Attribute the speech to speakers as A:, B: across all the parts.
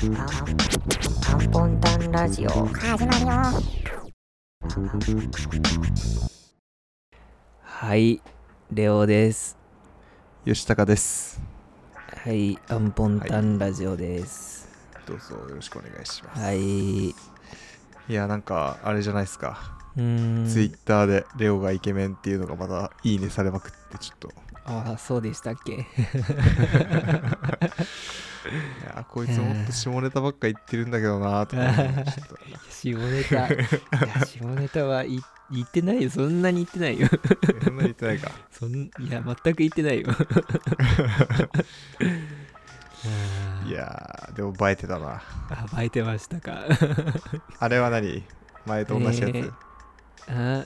A: タンポンタンラジオ
B: 始まるよ
C: はい、レオです。
D: 吉高です。
C: はい、アンポンタンラジオです。
D: どうぞよろしくお願いします。
C: はい、う
D: いや、なんかあれじゃないですか。
C: ーん。
D: ツイッターでレオがイケメンっていうのがまたいいねされまくって、ちょっと。
C: ああ、そうでしたっ け
D: いやー、こいつもっと下ネタばっか言ってるんだけどなーとか思って。ちょっと
C: 下ネタ。いや、下ネタはい言ってないよ。そんなに言ってないよ。
D: そんなに言ってないか。
C: そんいや、全く言ってないよ。
D: いやー、でも映えてたな。
C: あ、バイてました か。
D: あれは何前と同じやつ、
C: えーあ、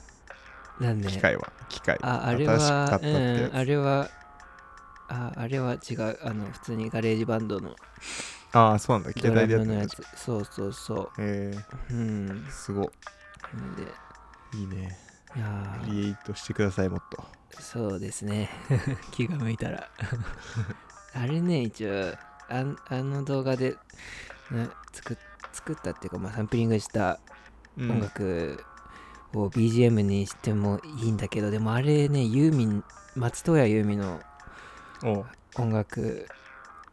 C: なんで、
D: 機械は。機械。
C: あ、あれ
D: 新しかった
C: はう
D: っ、てや
C: ん、
D: つ。
C: あれは、ああれは違う。あの、普通にガレージバンドの
D: ああ、そうなんだ。
C: ド
D: 携
C: ラ
D: 帯でやっ
C: ム
D: て
C: の
D: た
C: や
D: んだ
C: つ。そうそうそ
D: え
C: う。うん。
D: ー、すご。
C: なんで、
D: いいね。
C: いやー
D: リエイトしてください、もっと。
C: そうです ね気が向いた らあれね一応あんあの動画でな作っ作ったっていうか、まあ、サンプリングした
D: うん
C: 音楽を BGM にしてもいいんだけど、でもあれねユーミン松任谷由実の
D: おう
C: 音楽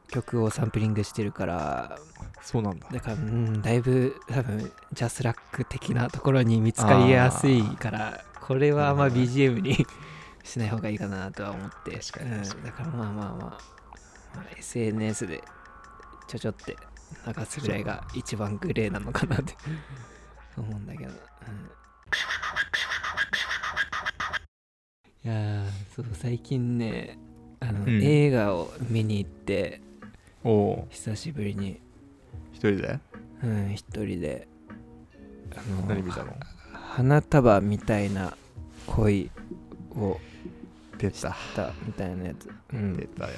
C: 曲をサンプリングしてるから
D: そうなんだ。
C: だから、うん、だいぶ多分ジャスラック的なところに見つかりやすいからこれはあんま
D: なるほど
C: BGM に しない方がいいかなとは思って
D: 確かに確か
C: うん、だからまあまあまあ、まあ SNS でちょちょって流すぐらいが一番グレーなのかなって思うんだけど、うん、いやーそう最近ねあの、
D: うん
C: 映画を見に行って
D: おう
C: 久しぶりに
D: 一人で
C: うん、一人で。あの
D: 何見たの
C: 花束みたいな恋を
D: 出た。
C: したみたいなやつ。うん、
D: 出
C: ね
D: たよ。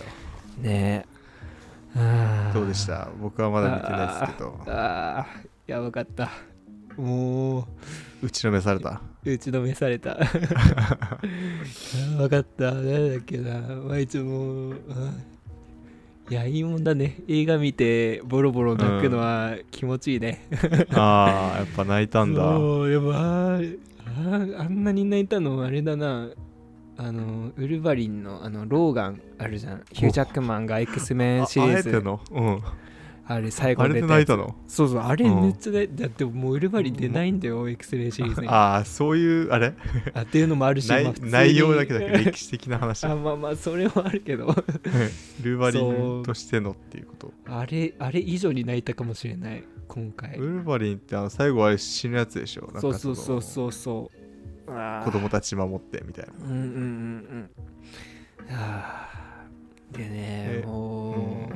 C: え。あー
D: どうでした僕はまだ見てないですけど、
C: ああ、やばかった。も
D: 打ちのめさ れた。
C: う、打ちのめされた。 やばかった。誰だっけな。まあ、一応もう。あーいや、いいもんだね。映画見て、ボロボロ泣くのは気持ちいいね。
D: ああ、やっぱ泣いたんだ。
C: そうやっぱあーあーあんなに泣いたのあれだなあのウルヴァリンのあのローガンあるじゃんヒュー・ジャックマンが X メン
D: あ
C: シリ
D: あえ
C: ー
D: て
C: ズ
D: の、うん、
C: あれ最後
D: あ
C: に
D: れ
C: 出
D: で
C: た
D: 泣い
C: やつ
D: たの
C: そうそうあれ
D: うん
C: めっちゃ泣いただってもうウルヴァリン出ないんだよ X メンシリーズにあ
D: ああそういうあれ
C: っていうのもあるし、まあ
D: 内
C: 普通に
D: 内容だけだけど歴史的な話
C: あ
D: うん
C: まあまあそれはあるけど
D: ルーバリ
C: そう
D: ンとしてのっていうこと
C: あれあれ以上に泣いたかもしれない今回
D: ウルバリンってあの最後あれ死ぬやつでしょなんか
C: そうそうそう
D: う
C: そうそうあー
D: 子供たち守ってみたいな
C: うんうんうんうん。はあ、でね
D: え、
C: も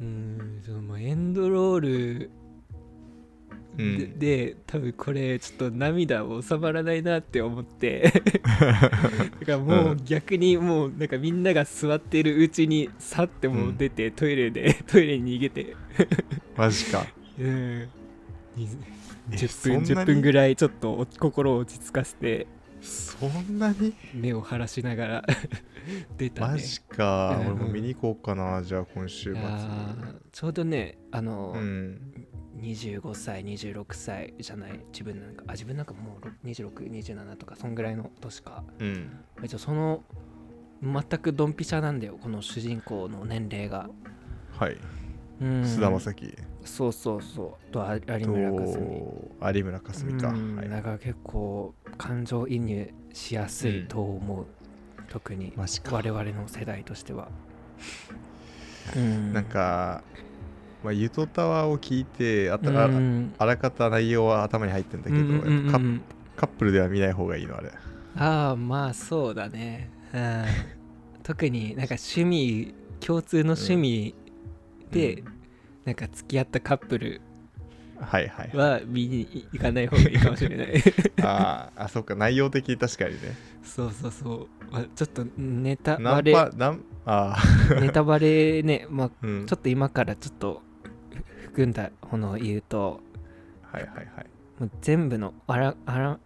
C: う、うん、そのもうエンドロール
D: う
C: で,、
D: ん
C: で多分これちょっと涙を収まらないなって思って だからも
D: う
C: うん逆にもうなんかみんなが座ってるうちにさってもう出て、トイレで トイレに逃げて、
D: マジ か
C: うん、に
D: え
C: 10分
D: そんな
C: 10
D: に
C: 分ぐらいちょっとお心を落ち着かせて
D: そんなに
C: 目を晴らしながら 出たね。
D: マジか、
C: うん
D: 俺も見に行こうかなじゃあ今週
C: い
D: 末
C: やーちょうどねあの、
D: うん
C: 25歳26歳じゃない自分なんかあ自分なんかもう2627とかそんぐらいの年か
D: うん
C: 一応その全くドンピシャなんだよこの主人公の年齢が
D: はい
C: うん
D: 菅田将暉
C: そうそうそうとあ有
D: と
C: 村架純
D: 有村架純か、
C: うん
D: はい
C: なんか結構感情移入しやすいと思う、特に
D: マジか
C: 我々の世代としては、うん
D: なんか、まあ、ゆとたわを聞いてあたあ
C: うん
D: あらかた内容は頭に入ってんだけ
C: うんうん
D: ど、
C: うん
D: やっぱカッカップルでは見ない方がいいのあれ
C: ああまあそうだね、うん、特になんか趣味共通の趣味で、
D: うん
C: なんか付き合ったカップル
D: は いはい
C: は見に行かない方がいいかもしれない
D: あーあそっか内容的に確かにね
C: そうそうそう、まあ、ちょっとネタ
D: ナ
C: バ
D: ン
C: レ
D: パナンあ
C: ネタバレね、まあ、
D: ーうん
C: ちょっと今からちょっと含んだものを言うと
D: はいはいはい
C: もう全部のあらあら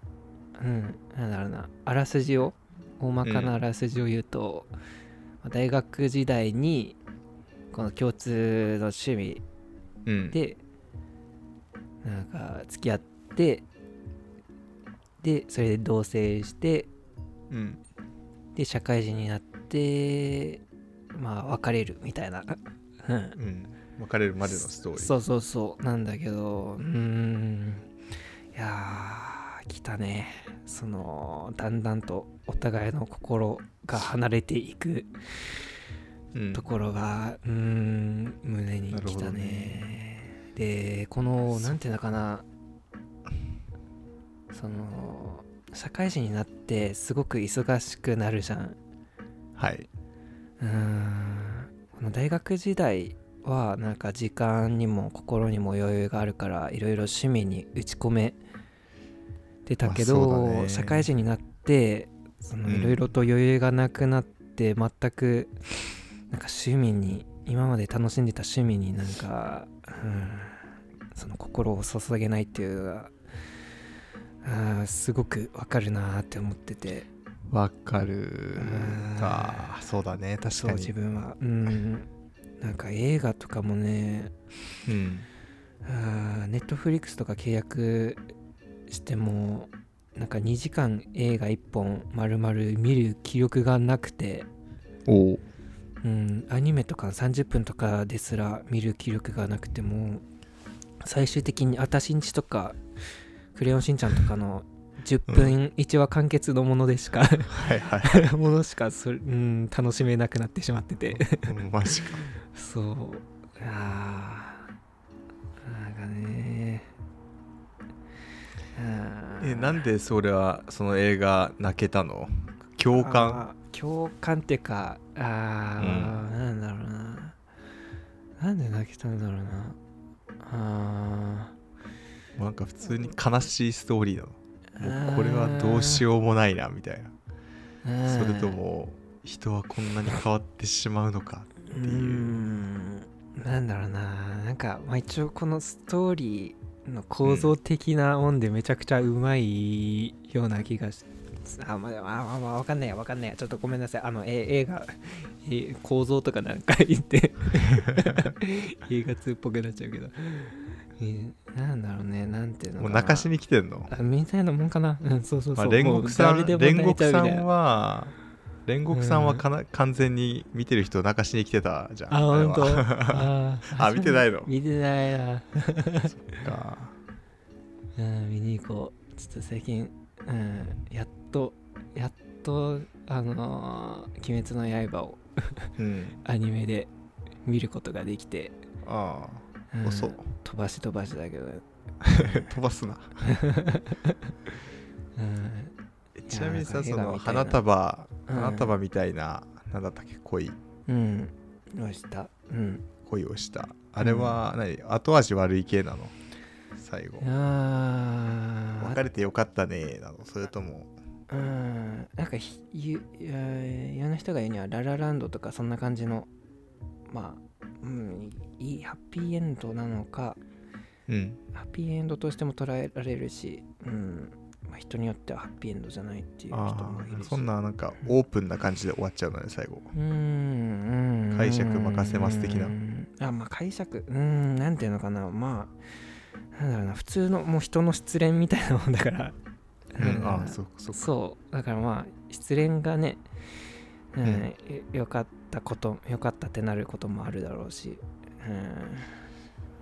C: うんなんだろうなあらすじを大まかなあらすじを言うと、まあ大学時代にこの共通の趣味
D: うん
C: でなんか付き合ってでそれで同棲して
D: うん
C: で社会人になってまあ別れるみたいな、うん、
D: うん別れるまでのストーリー
C: そうそうそうなんだけどうーんいやー来たねそのだんだんとお互いの心が離れていく
D: うん
C: ところがうーん胸に来た
D: なるほど
C: ね
D: ね
C: でこのなんていうのかなその社会人になってすごく忙しくなるじゃん
D: はい、
C: うーんこの大学時代はなんか時間にも心にも余裕があるからいろいろ趣味に打ち込めてたけ
D: まあそう
C: ど、
D: だね
C: 社会人になってその
D: うん
C: いろいろと余裕がなくなって全くなんか趣味に今まで楽しんでた趣味になんか、うん、その心を注げないっていうのがあーすごくわかるなーって思ってて。
D: わかる
C: うん
D: かそうだね確
C: そ
D: か
C: う
D: に
C: 自分はうんなんか映画とかもね
D: うん
C: ネットフリックスとか契約してもなんか2時間映画1本丸々見る気力がなくて、
D: おう
C: うん、アニメとか30分とかですら見る気力がなくても最終的に「あたしんち」とか「クレヨンしんちゃん」とかの10分1話完結のものでしか、
D: はいはい
C: ものしかそれ、うん、楽しめなくなってしまってて
D: うんマジか
C: そうあーなんかねあー
D: えなんでそれはその映画泣けたの共感
C: あー共感ってかあー、なんだろうななんで泣けたんだろうなあ
D: なんか普通に悲しいストーリーなのもうこれはどうし
C: よ
D: ようもないなみたいな
C: う
D: それとも人はこんなに変わってしまうのか
C: う
D: う
C: うんなんだろうななんか、まあ、一応このストーリーの構造的なもんでめちゃくちゃうまいような気がし、あまあまあまあわかんないやわかんないやちょっとごめんなさいあのえ映画え構造とかなんか言って 映画通っぽくなっちゃうけど、えなんだろうねなんていうの
D: もう
C: かな
D: 泣かしに来てんの、
C: あみたいなもんかなうんそうそう
D: ま
C: そ
D: あ、
C: う、
D: 煉
C: もう
D: 獄さん
C: 誰でも泣い
D: 煉獄
C: ちゃ
D: さ
C: うみたいなん
D: は煉獄さんはかな、完全に見てる人を泣かしに来てたじゃん
C: あ
D: れ
C: 本
D: は
C: 当
D: あ見てないの
C: 見てないな
D: か
C: うん、見に行こう。ちょっと最近、うん、やっと、やっと、あのー鬼滅の刃を
D: うん
C: アニメで見ることができて、
D: あ
C: う
D: あ
C: ん
D: 遅っ
C: 飛ばし飛ばしだけど、
D: 飛ばすな
C: うん、
D: えちなみ
C: な
D: にさ
C: んか映
D: そ
C: 画
D: の
C: みたいな
D: 花束
C: うん
D: 花束みたいな、なんだったっけ恋
C: うん、どうしたうん。
D: 恋をしたあれは何、後味悪い系なの最後
C: あー
D: 別れてよかったねなのそれとも
C: うん、なんかひゆ、うんいろんな人が言うには、ララランドとかそんな感じの、まあ、うん、いい、ハッピーエンドなのか、
D: うん
C: ハッピーエンドとしても捉えられるし、うんまあ、人によってはハッピーエンドじゃないっていう人
D: あ
C: もいる
D: あ
C: し
D: そんななんかオープンな感じで終わっちゃうのね最後
C: うーんうん
D: 解釈任せます的な
C: うんあまあ解釈うんなんていうのかなまあなんだろうな普通のもう人の失恋みたいなもんだから、
D: うんああそっかそっか
C: そうだからまあ失恋がね、うん
D: うん
C: よかったことよかったってなることもあるだろうし、うん、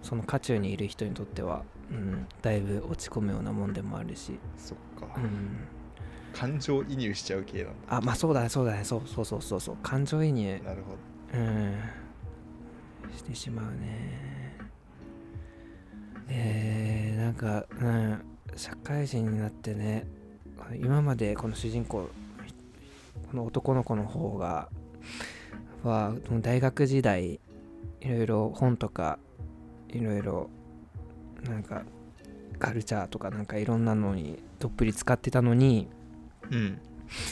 C: その渦中にいる人にとっては、うん、だいぶ落ち込むようなもんでもあるし、
D: そっか、
C: うん、
D: 感情移入しちゃう系なんだ
C: あまあそうだねそうだねそうそうそうそうそう感情移入、
D: なるほど
C: うん、してしまうねえー、なんか、うん、社会人になってね今までこの主人公この男の子の方がは大学時代いろいろ本とかいろいろなんかカルチャーとかなんかいろんなのにどっぷり使ってたのに
D: うん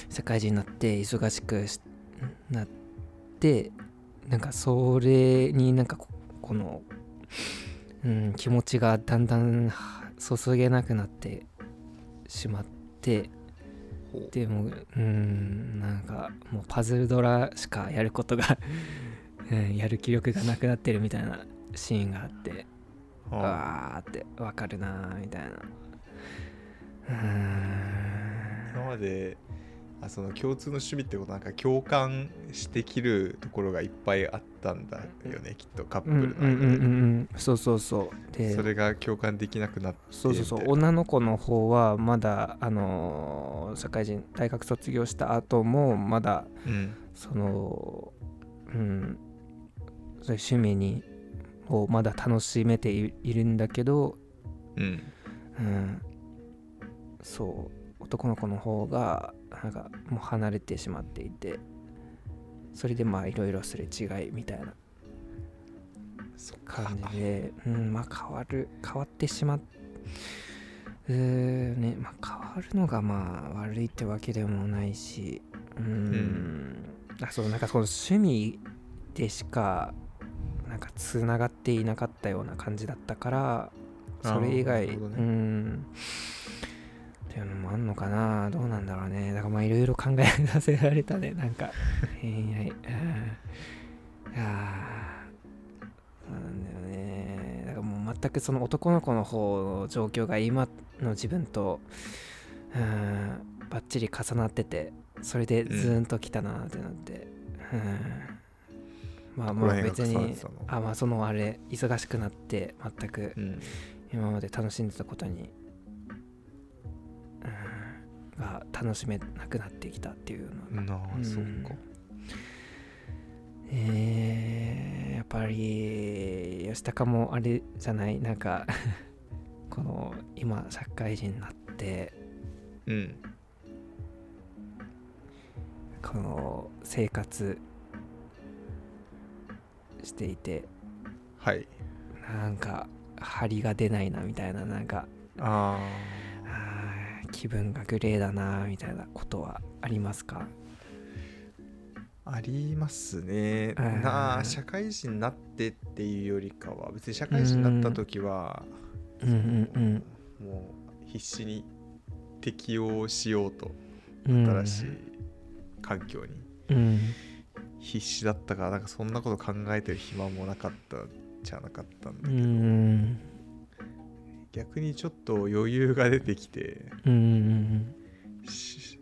C: 社会人になって忙しくしなってなんかそれになんかここの、うん、気持ちがだんだんは注げなくなってしまって
D: ほう
C: でもうーんなんかもうパズルドラしかやることが、 うん、やる気力がなくなってるみたいなシーンがあってう
D: あ
C: わーってわかるなーみたいなうーん
D: 今まであその共通の趣味ってことなんか共感してきるところがいっぱいあったんだよねきっとカップ
C: うんうん
D: ルの間で、
C: うんうんうんそうそうそうで
D: それが共感できなくなって
C: そうそうそう
D: みたいな
C: 女の子の方はまだあのー社会人大学卒業した後もまだ
D: うん
C: そのうんそういう趣味にをまだ楽しめていいるんだけど、
D: うん
C: うん、そう男の子の方がなんかもう離れてしまっていてそれでまあいろいろすれ違いみたいな
D: そっか
C: 感じで、うん、まあ変わる変わってしまっうーんねまあ変わるのがまあ悪いってわけでもないしうーん、あそうなんかその趣味でしかなんかつながっていなかったような感じだったからそれ以
D: あー
C: 外、
D: なるほど
C: う
D: ね
C: んっていうのもあんのかなどうなんだろうねだからまあいろいろ考えさせられたねなん か恋愛うんあーそうなんだよねだからもう全くその男の子の方の状況が今の自分とうんバッチリ重なっててそれでズーンときたなってなってうん、まあ
D: こ
C: ま
D: こら
C: あ
D: 辺が
C: 別
D: 重なっ
C: に
D: てたの
C: あまあそのあれ忙しくなって全く
D: うん
C: 今まで楽しんでたことに、うん、が楽しめなくなってきたっていうのが、
D: なあ、
C: うん
D: そっか
C: えーやっぱり吉高もあれじゃないなんか この今社会人になって
D: うん
C: この生活していて
D: はい
C: なんか張りが出ないなみたいななんか
D: あ
C: あー気分がグレーだなみたいなことはありますか
D: あありますね
C: うん
D: なあ社会人になってっていうよりかは別に社会人になった時は、
C: うんうん
D: もう必死に適応しようと
C: うん
D: 新しい環境に
C: うん
D: 必死だったからなんかそんなこと考えてる暇もなかったじゃなかったん
C: う
D: だけど、
C: ん
D: 逆にちょっと余裕が出てきて
C: うんうん
D: し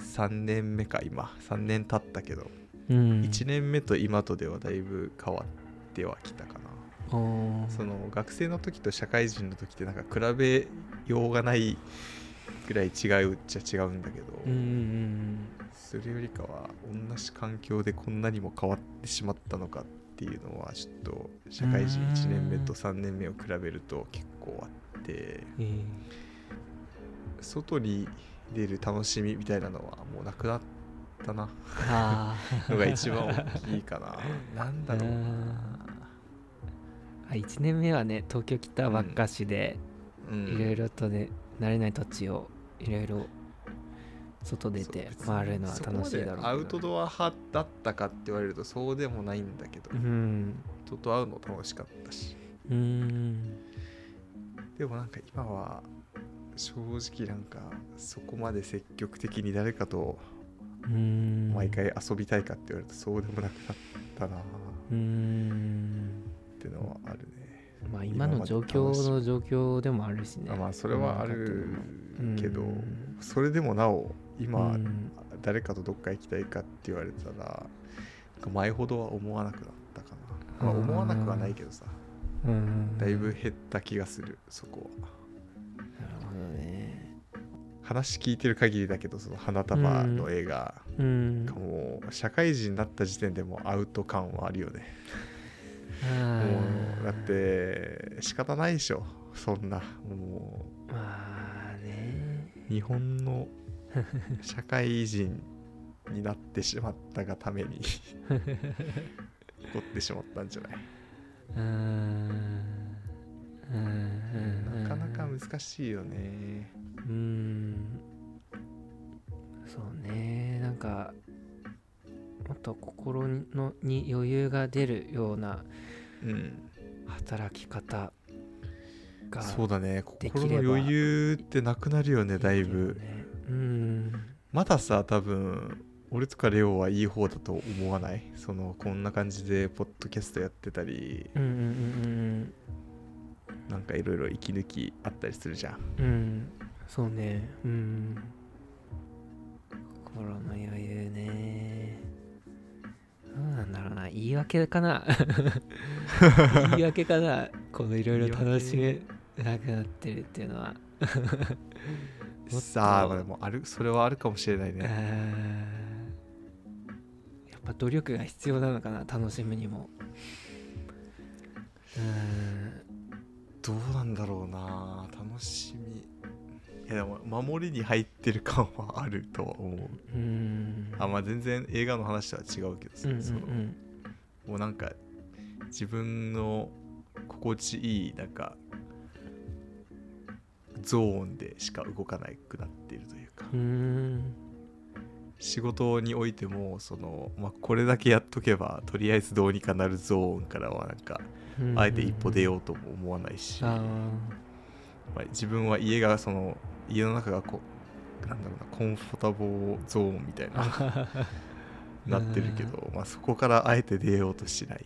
D: 3年目か今3年経ったけど、
C: うん
D: 1年目と今とではだいぶ変わってはきたかな
C: おー
D: その学生の時と社会人の時ってなんか比べようがないぐらい違うっちゃ違うんだけど、
C: うんうん
D: それよりかは同じ環境でこんなにも変わってしまったのかっていうのはちょっと社会人
C: うーん
D: 1年目と3年目を比べると結構あって
C: うんうん
D: 外に出る楽しみみたいなのはもうなくなったな
C: あ
D: のが一番大きいか ななんだろうな
C: あ1年目はね東京来たばっかしで、
D: うん
C: いろいろとね慣れない土地をいろいろ外出て
D: そう
C: 回るのは楽しいだろうけど
D: そこ
C: ね
D: までアウトドア派だったかって言われるとそうでもないんだけど、
C: うん
D: 人と会うの楽しかったし
C: うん
D: でもなんか今は正直なんかそこまで積極的に誰かと
C: うん
D: 毎回遊びたいかって言われるとそうでもなくなったなあっ
C: うん
D: てのはあるね。
C: まあ今の状況の状況でもあるしね
D: あまあそれはあるけど
C: うん
D: それでもなお今
C: うん
D: 誰かとどっか行きたいかって言われたらなんか前ほどは思わなくなったかな。まあ、
C: うん
D: 思わなくはないけどさ
C: うん
D: だいぶ減った気がするそこは。
C: なるほどね
D: 話聞いてる限りだけどその花束の映画、
C: うん
D: もう社会人になった時点でもうアウト感はあるよね。もうだって仕方ないでしょそんなも
C: まあね
D: う日本の社会人になってしまったがため に怒ってしまったんじゃない
C: うんうん
D: なかなか難しいよね。
C: うんそうねなんかもっと心のに余裕が出るような
D: うん、
C: 働き方が
D: そうだね
C: できれば
D: 心の余裕ってなくなるよねだいぶ
C: ねうん
D: まださ多分俺とかレオはいい方だと思わないそのこんな感じでポッドキャストやってたり
C: うんうん
D: なんかいろいろ息抜きあったりするじゃん
C: うんうんうんそうねうん心の余裕ねどうなんだろうな言い訳かな言い訳かなこのいろいろ楽しめなくなってるっていうのはもっと
D: さあまあでもあるそれはあるかもしれない
C: あ
D: ね
C: ーやっぱ努力が必要なのかな楽しむにもうーん
D: どうなんだろうな楽しみいやでも守りに入ってる感はあるとは思う
C: うーん
D: あまあ全然映画の話とは違うけどさ、
C: うんうんうん
D: そのもうなんか自分の心地いいなんかゾーンでしか動かなくなっているというか、
C: うーん
D: 仕事においてもその、まあ、これだけやっとけばとりあえずどうにかなるゾーンからはなんか
C: うん
D: あえて一歩出ようとも思わないし、
C: あ
D: まあ自分は家がその家の中がこうなんだろうなコンフォタボーゾーンみたいな
C: ー
D: なってるけど、まあ、そこからあえて出ようとしない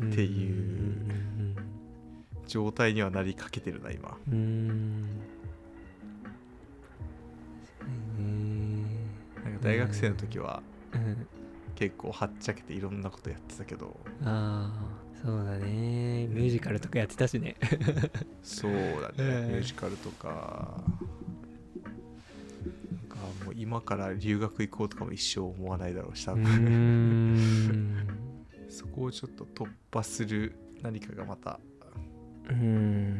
C: うん
D: っていう
C: うん
D: 状態にはなりかけてるな今
C: うんうんうん
D: なんか大学生の時は
C: うんうん
D: 結構はっちゃけていろんなことやってたけど
C: ああそうだねミュージカルとかやってたし ね
D: そうだね、
C: ええ
D: ミュージカルとかなんかもう今から留学行こうとかも一生思わないだろうし多
C: うー
D: 分、
C: ん
D: そこをちょっと突破する何かがまた
C: うーん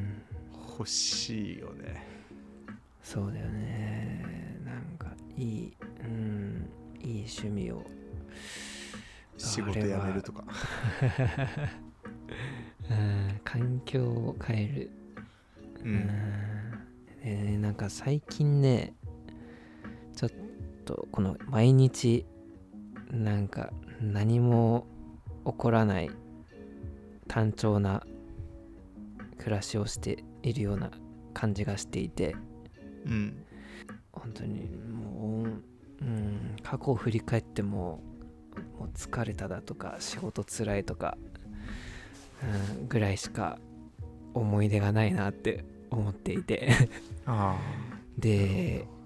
D: 欲しいよね
C: そうだよねなんかいいうんいい趣味を
D: 仕事辞めるとか
C: うん環境を変える
D: う
C: うんんでねなんか最近ねちょっとこの毎日なんか何も起こらない単調な暮らしをしているような感じがしていて
D: うん
C: 本当にもう、うん、過去を振り返ってももう疲れただとか仕事つらいとか、うん、ぐらいしか思い出がないなって思っていて
D: あ
C: で、うん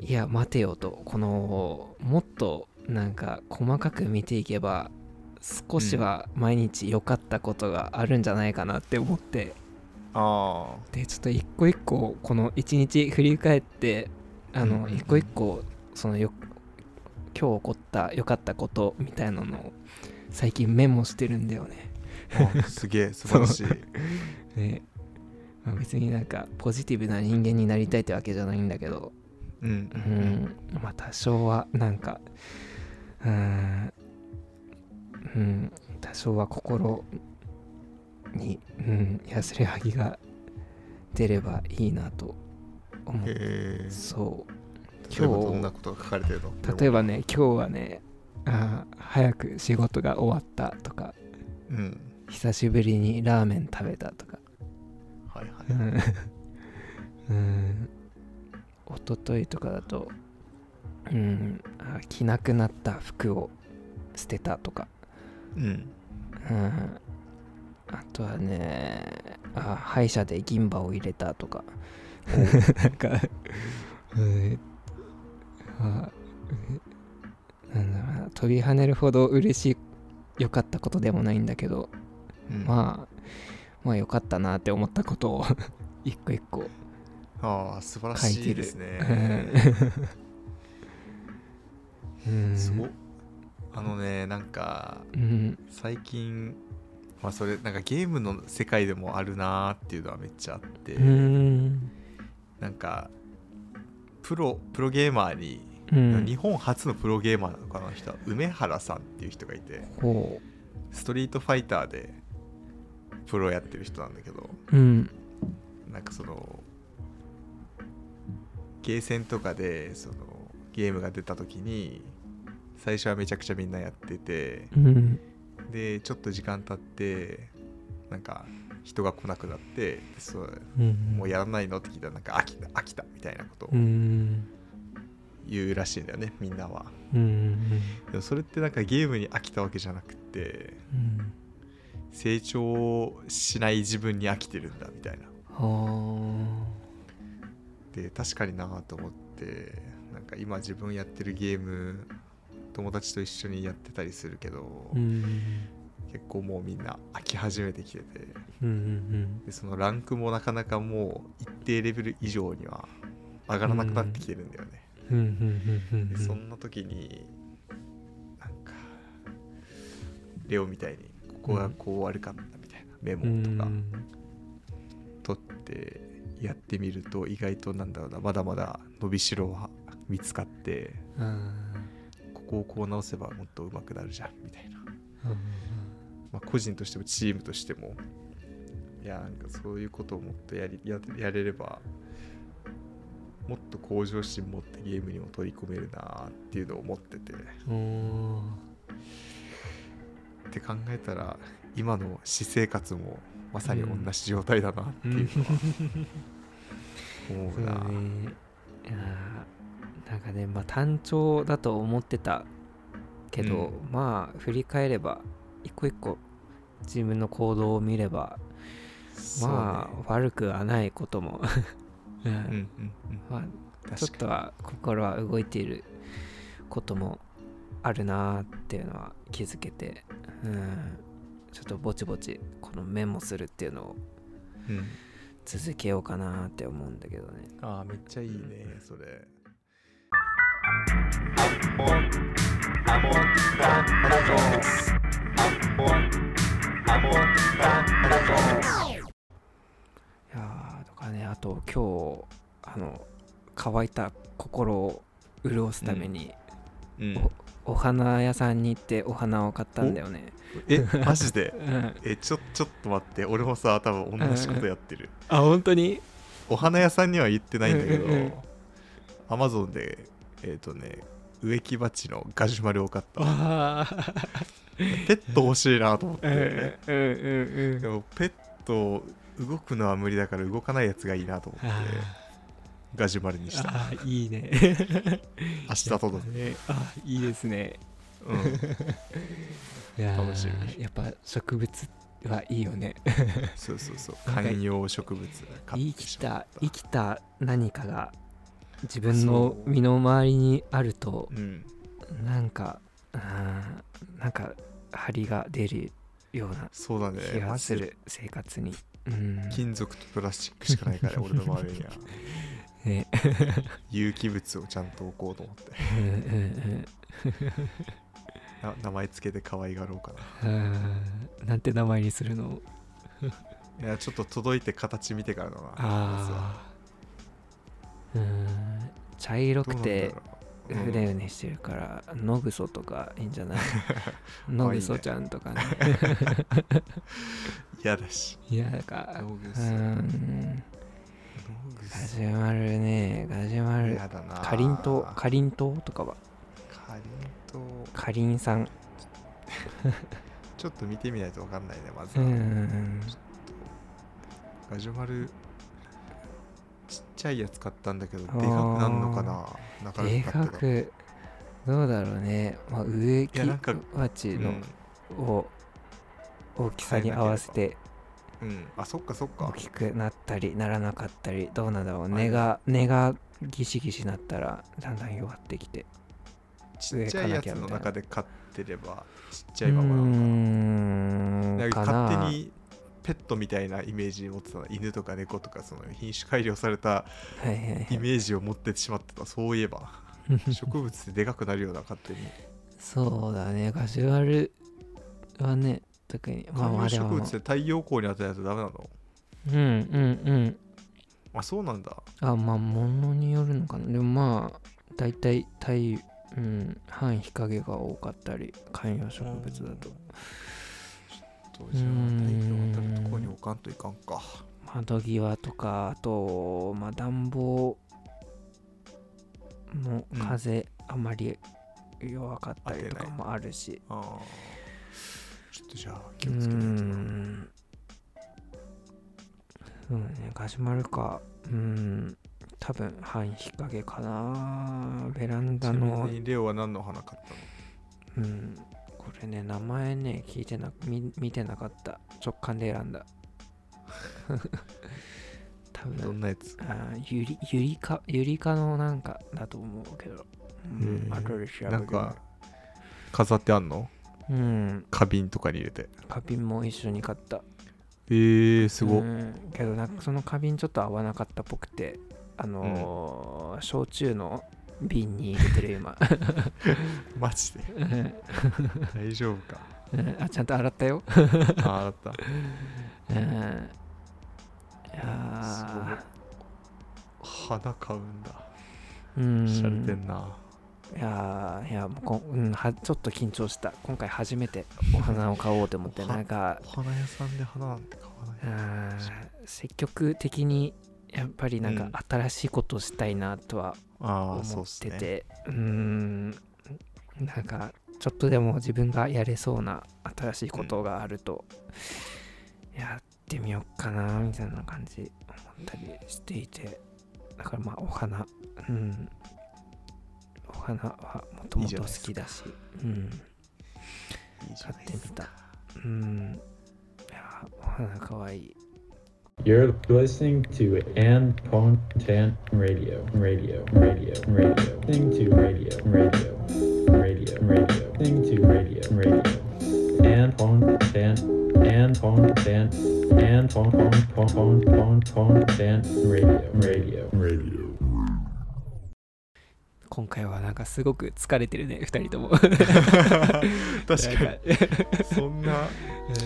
C: いや待てよとこのもっとなんか細かく見ていけば少しは毎日良かったことがあるんじゃないかなって思って、
D: ああ
C: でちょっと一個一個この一日振り返ってあ
D: うんうん
C: の
D: うん
C: 一個一個そのよ今日起こった良かったことみたいなのを最近メモしてるんだよね。
D: あすげえ素晴らしい
C: で、まあ別になんかポジティブな人間になりたいってわけじゃないんだけど
D: う
C: うんんまあ多少はなんかうーんうん多少は心に、うん、安れはぎが出ればいいなと思っ
D: へえ
C: そう
D: 今日
C: 今日
D: どんなことが書かれてるの
C: 例え
D: ば
C: ばね今日はねあー早く仕事が終わったとか
D: うん
C: 久しぶりにラーメン食べたとか
D: はいは
C: う
D: い
C: んうん一昨日とかだとうんあ着なくなった服を捨てたとか
D: うん
C: うんあとはねあ歯医者で銀歯を入れたとか なん か、うんあえなんだろうな飛び跳ねるほど嬉しい良かったことでもないんだけど、
D: うん
C: まあまあ良かったなって思ったことを 一個一個
D: ああ素晴ら
C: 書い
D: しい
C: て
D: で
C: る
D: すね。
C: うん
D: すごっあのねなんか
C: うん
D: 最近まあそれなんかゲームの世界でもあるなーっていうのはめっちゃあって、
C: うん
D: なんかプロプロゲーマーに、
C: うん
D: 日本初のプロゲーマーなのかなあの人は梅原さんっていう人がいて
C: ほ
D: ストリートファイターでプロやってる人なんだけど
C: ううん
D: なんかそのゲーセンとかでそのゲームが出た時に最初はめちゃくちゃみんなやってて
C: うん
D: でちょっと時間経ってなんか人が来なくなってそう
C: うん
D: もうやらないのって聞いたらなんか飽きた飽きたみたいなことを
C: うん
D: 言うらしいんだよねみんなは
C: うんうん
D: でもそれってなんかゲームに飽きたわけじゃなくて
C: うん
D: 成長しない自分に飽きてるんだみたいな
C: は
D: で確かになと思ってなんか今自分やってるゲーム友達と一緒にやってたりするけど、
C: あうん
D: 結構もうみんな飽き始めてきてて
C: うんうん
D: でそのランクもなかなかもう一定レベル以上には上がらなくなってきてるんだよね、
C: うんうんうんうん
D: でそんな時になんかレオみたいにここがこう悪かったみたいなメ
C: う
D: モとか
C: ん
D: 取ってやってみると意外となんだろうなまだまだ伸びしろは見つかって
C: あ
D: ここをこう直せばもっと上手くなるじゃんみたいな、
C: ー
D: まあ、個人としてもチームとしてもいやなんかそういうことをもっとやりややれればもっと向上心持ってゲームにも取り込めるなっていうのを思ってて。
C: おー
D: って考えたら今の私生活もまさに同じ状態だなっていうのは思
C: そうう
D: な、
C: だねいやーなんかねまあ単調だと思ってたけど、
D: う
C: まあ振り返れば一個一個自分の行動を見れば
D: そうね
C: まあ悪くはないことも、う
D: うん
C: ん
D: うんうん
C: まあちょっ
D: 確か
C: とは心は動いていることもあるなーっていうのは気づけて、うん、ちょっとぼちぼちこのメモするっていうのを
D: に、うん
C: 続けようかなーって思うんだけどね。
D: ああめっちゃいいねそれ
C: いやーとかねあと今日あの乾いた心を潤すために、
D: うん
C: お花屋さんに行ってお花を買ったんだよね。
D: えマジで
C: うん、
D: えちょちょっと待って俺もさ多分同じことやってる
C: あ本当に
D: お花屋さんには言ってないんだけど
C: うんうんうん
D: アマゾンでえっ、とね植木鉢のガジュマルを買った
C: わ
D: ペット欲しいなと思
C: う
D: っ
C: ん
D: て
C: うんうんう
D: で
C: ん。
D: もペット動くのは無理だから動かないやつがいいなと思って
C: あ
D: ガジュマル
C: ー
D: にした
C: あーいいね。
D: 明日届く、
C: ねあーいいですね。
D: うん、
C: いやー
D: 楽しみ
C: やっぱ植物はいいよね。
D: そうそうそう
C: なんか
D: 観葉植物買
C: 生
D: っ
C: き
D: しま
C: た
D: った
C: 生きた何かが自分の
D: そう
C: 身の回りにあると
D: うん
C: なんかうんなんか張りが出るような
D: そうだね
C: 気が
D: マ
C: す
D: ジで
C: る生活に。うん、
D: 金属とプラスチックしかないから俺の周りには
C: ね、
D: 有機物をちゃんと置こうと思って
C: うんうん
D: な名前つけて可愛がろうか
C: うんうんなんて名前にするの
D: ないやちょっと届いて形見てからだな
C: ああうん茶色
D: どう
C: く
D: なんだ
C: て
D: ろう
C: うねうねしてるから、ノグソとかいいんじゃ ないノグソちゃんとかね。
D: うん嫌だし
C: いや、なんか、
D: ノグ
C: う
D: ソ
C: ーん、
D: ノグ
C: ガ
D: ソ
C: ジュマルね、ガジュマル
D: 嫌、だな
C: かりんとう、かりんとうとかは、
D: かりんとう
C: かりんさん、
D: ちょっと見てみないと分かんないねまず
C: う
D: は、
C: ん、
D: ガジュマルちっちゃいやつ買ったんだけど
C: あ
D: でか
C: ー
D: くなんのかななか
C: で
D: なか
C: か
D: 買って
C: く、どうだろうね、まあ、植木
D: いやなんか
C: 鉢
D: た
C: の、を大きさに合わせて
D: うん、うん、あそっかそっ
C: 大
D: か
C: きくなったりならなかったり、どうなんだろう、
D: はい
C: 根が、根がギシギシなったら、だんだん弱ってきて。
D: ちっちゃいやつ
C: 植えか
D: の
C: なきゃ
D: 中で買ってればちっ
C: う
D: ちゃ
C: ー
D: いままなのかなんなんか
C: かな
D: 勝手にペットみたいなイメージ持ってた犬とか猫とかその品種改良された
C: はいはいはい
D: イメージを持ってしまってたそうい えば植物ってでかくなるような勝手に
C: そうだね、ガジュアルはね、特に、まあまあ
D: 観葉
C: で
D: 植
C: も
D: 物っ、て太陽光に当てないとダメなの
C: うんうんうん。
D: あそうなんだ
C: あ、まあ、ものによるのかな。でもまあ、大体、太陽、うん、半日陰が多かったり、観葉植物だと。
D: ちょっとじゃあ太陽当たるところに置かんといかんか
C: 窓際とか、あと、まあ、暖房も
D: うん
C: 風、あまり弱かったりと
D: 当て
C: か
D: ない
C: もあるし。
D: ああちょっとじゃあ気
C: う
D: をつけないと
C: ー
D: な
C: んそうだね、ガジュマルか。うん、多分、半日陰かな。ベラン
D: ち
C: ダ
D: な
C: の
D: み、にレオは何の花買ったの
C: うん、これね、名前ね、聞いてな、見見てなかった。直感で選んだ。 多
D: ど
C: 分、
D: んなやつ
C: あーゆり、ゆりか、ゆりかのなんかだと思うけど。う
D: へ
C: ん、
D: ー
C: 後で調べる
D: なんか飾ってあんの
C: うん、
D: 花瓶とかに入れて
C: 花瓶も一緒に買った。
D: えー、すごっ、
C: うんけどなんかその花瓶ちょっと合わなかったっぽくてあのー焼酎の瓶に入れてる今
D: マジで
C: うん
D: 大丈夫か
C: うん あちゃんと洗ったよ、
D: ああった
C: うん、いやー
D: 花買うんだ
C: うん
D: しゃれてんな、
C: いやーいやもうこん、うん、はちょっと緊張した今回初めてお花を買おうと思って
D: お花
C: なんか
D: お花屋さんで花なんて買わない
C: うん積極的にやっぱりなん
D: う
C: か
D: ん
C: 新しいことをしたいなとは
D: あ
C: 思
D: あそうっ
C: っ
D: す
C: て
D: ね
C: てう,、ーんなんかちょっとでも自分がやれそうな新しいことがあると、やってみようかなみたいな感じ思ったりしていてだからまあお花うんお花はもともと好きだしうん
D: いいじ
C: 買
D: ゃない
C: って
D: で
C: み
D: すか
C: たうんいやお花かわいい
B: You're listening to and content radio, radio, radio, radio, thing to radio, radio, radio, radio, thing to radio, radio, and content, and content, and con con con con con content radio, radio, radio.
C: 今回はなんかすごく疲れてるね2人とも
D: 確か
C: に
D: にそんな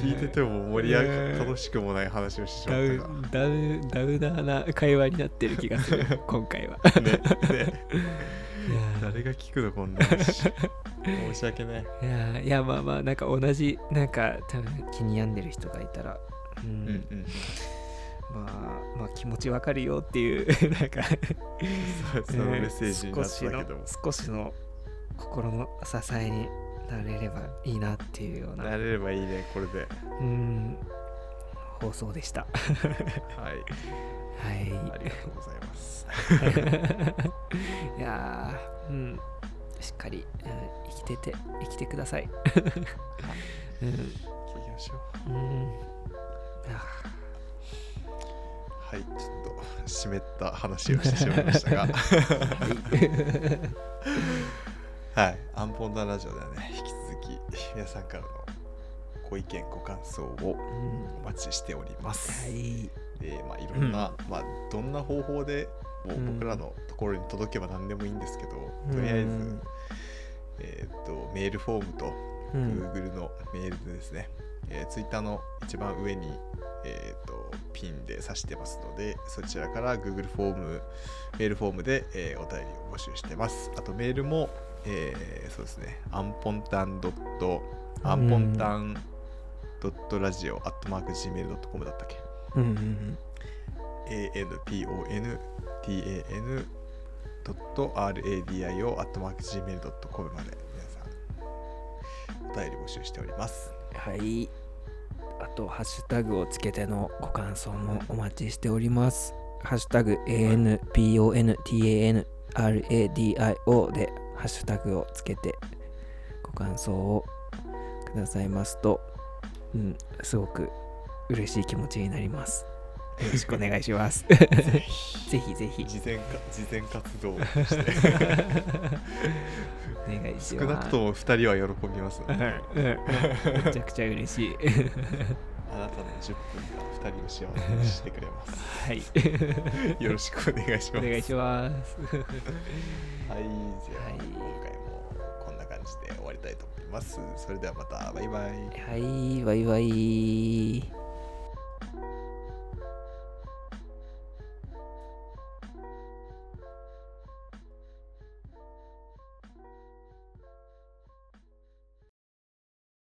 D: 聞いてても盛り上が
C: えー
D: 楽しくもない話をしてしま
C: ダ
D: っ
C: ウダ
D: たが
C: ウダウナーな会話になってる気がする今回 は
D: ねね
C: いや
D: 誰が聞くのこんな話申し訳ない
C: ーいやーいやまあまあなんか同じなんか多分気に病んでる人がいたら、うん
D: うんうん
C: まあまあ気持ちわかるよっていうなんか
D: そうそのメッセージになったけども
C: うん少しの少しの心の支えになれればいいなっていうよう
D: な
C: な
D: れればいいねこれで
C: うん放送でした
D: はい
C: はい
D: ありがとうございます
C: いやーうん、しっかり、うん生きてて、生きてください。うん、
D: 聞きましょう
C: うん、あ
D: はいちょっと湿った話をしてしまいました が
C: ー
D: はいアンポンダラジオではね引き続き皆さんからのご意見ご感想を
C: うん
D: お待ちしております、
C: はい、
D: でまあ、いろんな、まあ、どんな方法でも
C: う
D: うん僕らのところに届けば何でもいいんですけど、
C: うん
D: とりあえず、えーっとメールフォームと
C: うん
D: Google のメールでですね、えー、Twitter の一番上に、えーっとピンで指してますのでそちらから Google フォームメールフォームで、えーお便りを募集してますあとメールも、えーそうですねアンポンタンドットアンポンタンドットラジオアットマーク Gmail.com だったっけ
C: うんうん、
D: anpontan.radio.gmail.com まで皆さんお便り募集しております。
C: はい。あと、ハッシュタグをつけてのご感想もお待ちしております。ハッシュタグ ANPONTANRADIO でハッシュタグをつけてご感想をくださいますと、うん、すごく嬉しい気持ちになります。よろしくお願いします。ぜひぜひ。
D: 事前か事前活動をして
C: お願いし
D: 少
C: ます。
D: なくとも2人は喜びますので、
C: うんめちゃくちゃ嬉しい。
D: あなたの10分が2人を幸せにしてくれます。
C: はい。
D: よろしくお願いし
C: お
D: ます。
C: 願いします。
D: はい、じゃあ、
C: はい
D: 今回もこんな感じで終わりたいと思います。それではまた、バイバイ。
C: はい、バイバイ。